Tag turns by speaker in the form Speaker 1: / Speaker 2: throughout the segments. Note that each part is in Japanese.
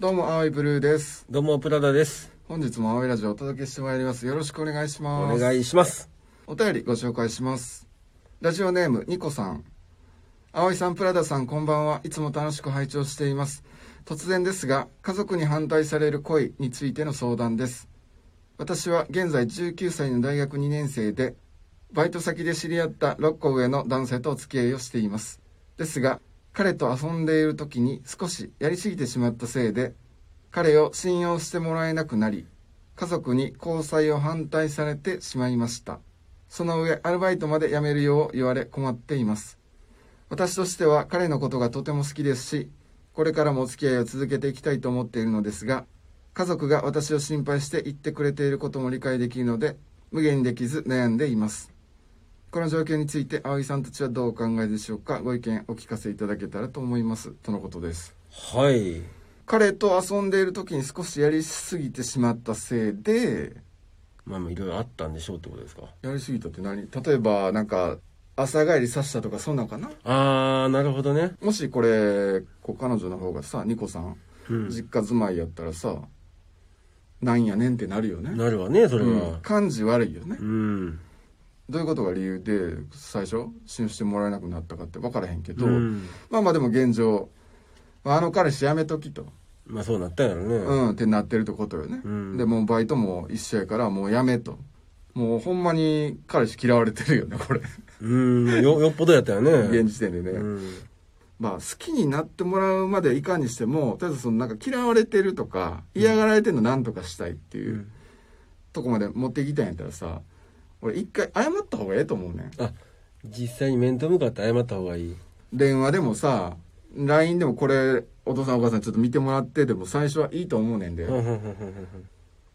Speaker 1: どうも、青いブルーです。
Speaker 2: どうも、プラダです。
Speaker 1: 本日も青いラジオをお届けしてまいります。よろしくお願いし
Speaker 2: お
Speaker 1: ます。
Speaker 2: 願いします。
Speaker 1: お便りご紹介します。ラジオネーム、ニコさん。青いさん、プラダさん、こんばんは。いつも楽しく拝聴しています。突然ですが、家族に反対される恋についての相談です。私は現在19歳の大学2年生で、バイト先で知り合った6個上の男性とお付き合いをしています。ですが、彼と遊んでいる時に少しやりすぎてしまったせいで、彼を信用してもらえなくなり、家族に交際を反対されてしまいました。その上、アルバイトまで辞めるよう言われ困っています。私としては彼のことがとても好きですし、これからもお付き合いを続けていきたいと思っているのですが、家族が私を心配して言ってくれていることも理解できるので、無限にできず悩んでいます。この状況について、葵さんたちはどうお考えでしょうかご意見お聞かせいただけたらと思います。とのことです。
Speaker 2: はい。
Speaker 1: 彼と遊んでいる時に少しやりすぎてしまったせいで、
Speaker 2: まあまあ、いろいろあったんでしょうってことですか。
Speaker 1: やりすぎたって何例えばなんか朝帰りさしたとかそんなんかな
Speaker 2: あー、なるほどね。
Speaker 1: もしこれこう彼女の方がさニコさん、
Speaker 2: うん
Speaker 1: 実家住まいやったらさなんやねんってなるよね
Speaker 2: なるわね、それ
Speaker 1: うん
Speaker 2: は。
Speaker 1: 感じ悪いよね、
Speaker 2: うん。
Speaker 1: どういうことが理由で最初信用してもらえなくなったかって分からへんけど、
Speaker 2: うん
Speaker 1: まあまあでも現状まああの彼氏やめときと、
Speaker 2: まあ、そうなったんやろね。
Speaker 1: う
Speaker 2: うん
Speaker 1: ん、ってなってるってことよね、
Speaker 2: うん
Speaker 1: でもうバイトも一緒やからもうやめともうほんまに彼氏嫌われてるよねこれ、
Speaker 2: よ、よっぽどやったよ ね。
Speaker 1: 現時点でね、
Speaker 2: うん。
Speaker 1: まあ、好きになってもらうまでいかにしてもとりあえずそのなんか嫌われてるとか嫌がられてるのなんとかしたいっていう、
Speaker 2: うん
Speaker 1: とこまで持ってきたんやったらさ俺一回謝った方がええと思うねん
Speaker 2: あ、実際に面と向かって謝った方がいい。
Speaker 1: 電話でもさ LINE でもこれお父さんお母さんちょっと見てもらってでも最初はいいと思うねんで、
Speaker 2: うん
Speaker 1: い
Speaker 2: うんうんうん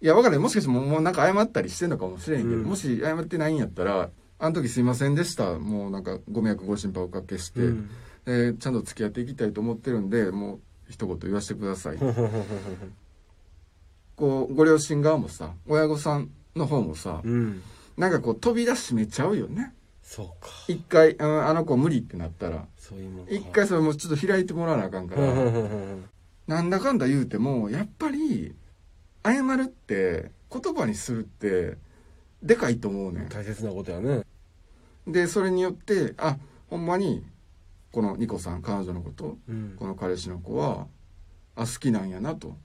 Speaker 1: や分かるもしかしてもうもうなんか謝ったりしてんのかもしれへんけど、
Speaker 2: うん
Speaker 1: もし謝ってないんやったら「あの時すいませんでしたもうなんかご迷惑ご心配おかけして、
Speaker 2: うん
Speaker 1: でちゃんと付き合っていきたいと思ってるんでもう一言言わせてください」
Speaker 2: うん
Speaker 1: こうご両親側もさ親御さんの方もさ、
Speaker 2: うん。
Speaker 1: なんかこう飛び出しめちゃうよね
Speaker 2: そうか。
Speaker 1: 一回、うん、あの子無理ってなったら
Speaker 2: そういうもんか。
Speaker 1: 一回それもうちょっと開いてもらわなあかんか
Speaker 2: う
Speaker 1: ら、
Speaker 2: んうんうんうん。
Speaker 1: なんだかんだ言うてもやっぱり謝るって言葉にするってでかいと思うねん
Speaker 2: 大切なことやね。
Speaker 1: でそれによってあほんまにこのニコさん彼女のこと
Speaker 2: うん
Speaker 1: こ。の彼氏の子はあ好きなんやなと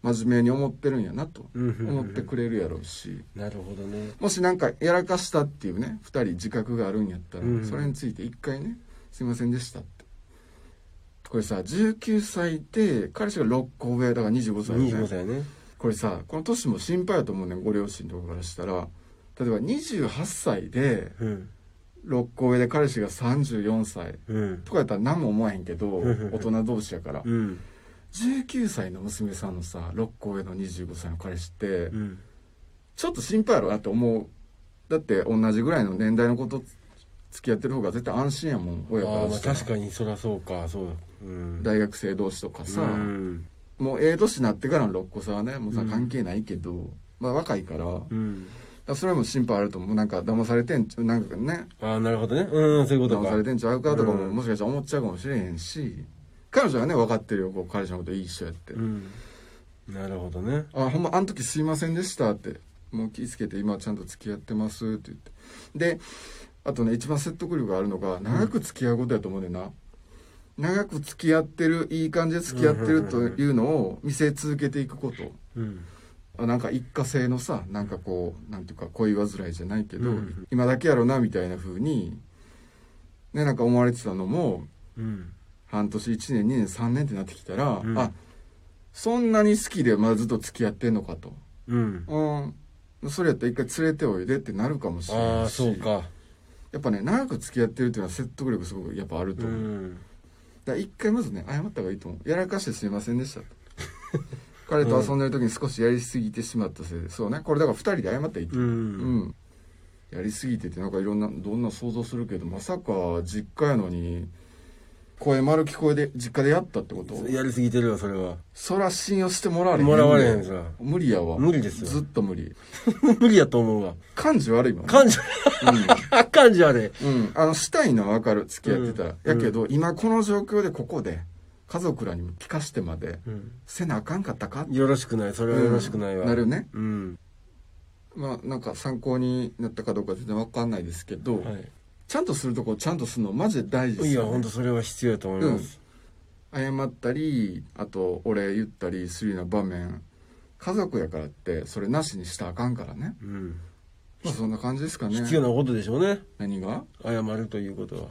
Speaker 1: 真面目に思ってるんやなと
Speaker 2: うんうんうんうん
Speaker 1: 思ってくれるやろうし、
Speaker 2: なるほどね。
Speaker 1: もしなんかやらかしたっていうね2人自覚があるんやったら、
Speaker 2: うん
Speaker 1: それについて一回ね「すいませんでした」ってこれさ19歳で彼氏が6個上だから25歳、ね、
Speaker 2: 25歳やね。
Speaker 1: これさこの年も心配やと思うねんご両親とかからしたら例えば28歳で
Speaker 2: うん。
Speaker 1: 6個上で彼氏が34歳
Speaker 2: うん。
Speaker 1: とかやったら何も思わへんけど
Speaker 2: うんうん
Speaker 1: 大人同士やから
Speaker 2: うん。
Speaker 1: 19歳の娘さんのさ6個上の25歳の彼氏って
Speaker 2: うん。
Speaker 1: ちょっと心配やろなって思うだって同じぐらいの年代の子と付き合ってる方が絶対安心やもん親か
Speaker 2: ああ
Speaker 1: ら
Speaker 2: まあ
Speaker 1: したら
Speaker 2: 確かにそりゃそうかそうだうん
Speaker 1: 大学生同士とかさ、
Speaker 2: うん
Speaker 1: もうええ年になってからの六個差はねもうさ
Speaker 2: うん
Speaker 1: 関係ないけど、まあ若いから,、
Speaker 2: うん
Speaker 1: それはもう心配あると思うなんか騙されてんちゃうなんかね
Speaker 2: ああなるほどねうんそういうこと
Speaker 1: 騙
Speaker 2: か
Speaker 1: されてんちゃうかとかも、
Speaker 2: うん
Speaker 1: もしかしたら思っちゃうかもしれへんし彼女はね分かってるよこう彼氏のこといい人やって、
Speaker 2: うんなるほどね
Speaker 1: あほんまあの時すいませんでしたってもう気ぃつけて今ちゃんと付き合ってますって言ってであとね一番説得力があるのが長く付き合うことやと思うねんな、長く付き合ってるいい感じで付き合ってるというのを見せ続けていくこと
Speaker 2: うん
Speaker 1: あなんか一過性のさなんかこうなんていうか恋煩いじゃないけど、
Speaker 2: うん
Speaker 1: 今だけやろなみたいな風にねなんか思われてたのも
Speaker 2: うん
Speaker 1: 半年1年2年3年ってなってきたら、
Speaker 2: うん
Speaker 1: あそんなに好きでまあずっと付き合ってんのかと。
Speaker 2: うん
Speaker 1: うん、それやったら一回連れておいでってなるかもしれないし
Speaker 2: ああそうか
Speaker 1: やっぱね長く付き合ってるっていうのは説得力すごくやっぱあると
Speaker 2: う
Speaker 1: 思う、だか
Speaker 2: ん
Speaker 1: ら一回まずね謝った方がいいと思うやらかしてすいませんで したと彼と遊んでる時に少しやりすぎてしまったせいでそうねこれだから2人で謝ったらいいと
Speaker 2: う
Speaker 1: 思う、うんんやりすぎてってなんかいろんなどんな想像するけどまさか実家やのに声丸聞こえで実家でやったってこと
Speaker 2: やりすぎてるわそれは
Speaker 1: そら信用してもらわれへん
Speaker 2: もらわれへんさ
Speaker 1: 無理やわ
Speaker 2: 無理ですよ
Speaker 1: ずっと無理
Speaker 2: 無理やと思うわ
Speaker 1: 感じ悪いもんね
Speaker 2: 感じ 感じあれ
Speaker 1: うん、あのしたいのは分かる付き合ってたら、
Speaker 2: うん
Speaker 1: やけど、今この状況でここで家族らにも聞かしてまで
Speaker 2: うん
Speaker 1: せなあかんかったか
Speaker 2: よろしくないそれはよろしくないわ、
Speaker 1: うんなるね
Speaker 2: うん
Speaker 1: まあなんか参考になったかどうか全然わかんないですけど、
Speaker 2: は
Speaker 1: ちゃんとするとこちゃんとするのマジで大事で
Speaker 2: い、い
Speaker 1: す
Speaker 2: や
Speaker 1: よ、
Speaker 2: 本当それは必要だと思います、
Speaker 1: 謝ったりあと俺言ったりするような場面家族やからってそれなしにしたらあかんからね
Speaker 2: うん
Speaker 1: まあそんな感じですかね
Speaker 2: 必要なことでしょうね
Speaker 1: 何が
Speaker 2: 謝るということは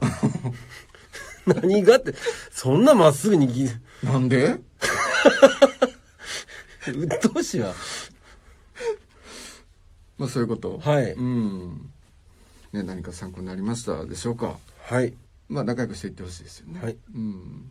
Speaker 2: 何がってそんなまっすぐにぎ
Speaker 1: なんで
Speaker 2: うっとうしいわ
Speaker 1: まあそういう こと
Speaker 2: はい
Speaker 1: うんね何か参考になりましたでしょうか
Speaker 2: はい
Speaker 1: まあ仲良くしていってほしいですよね
Speaker 2: はい
Speaker 1: うん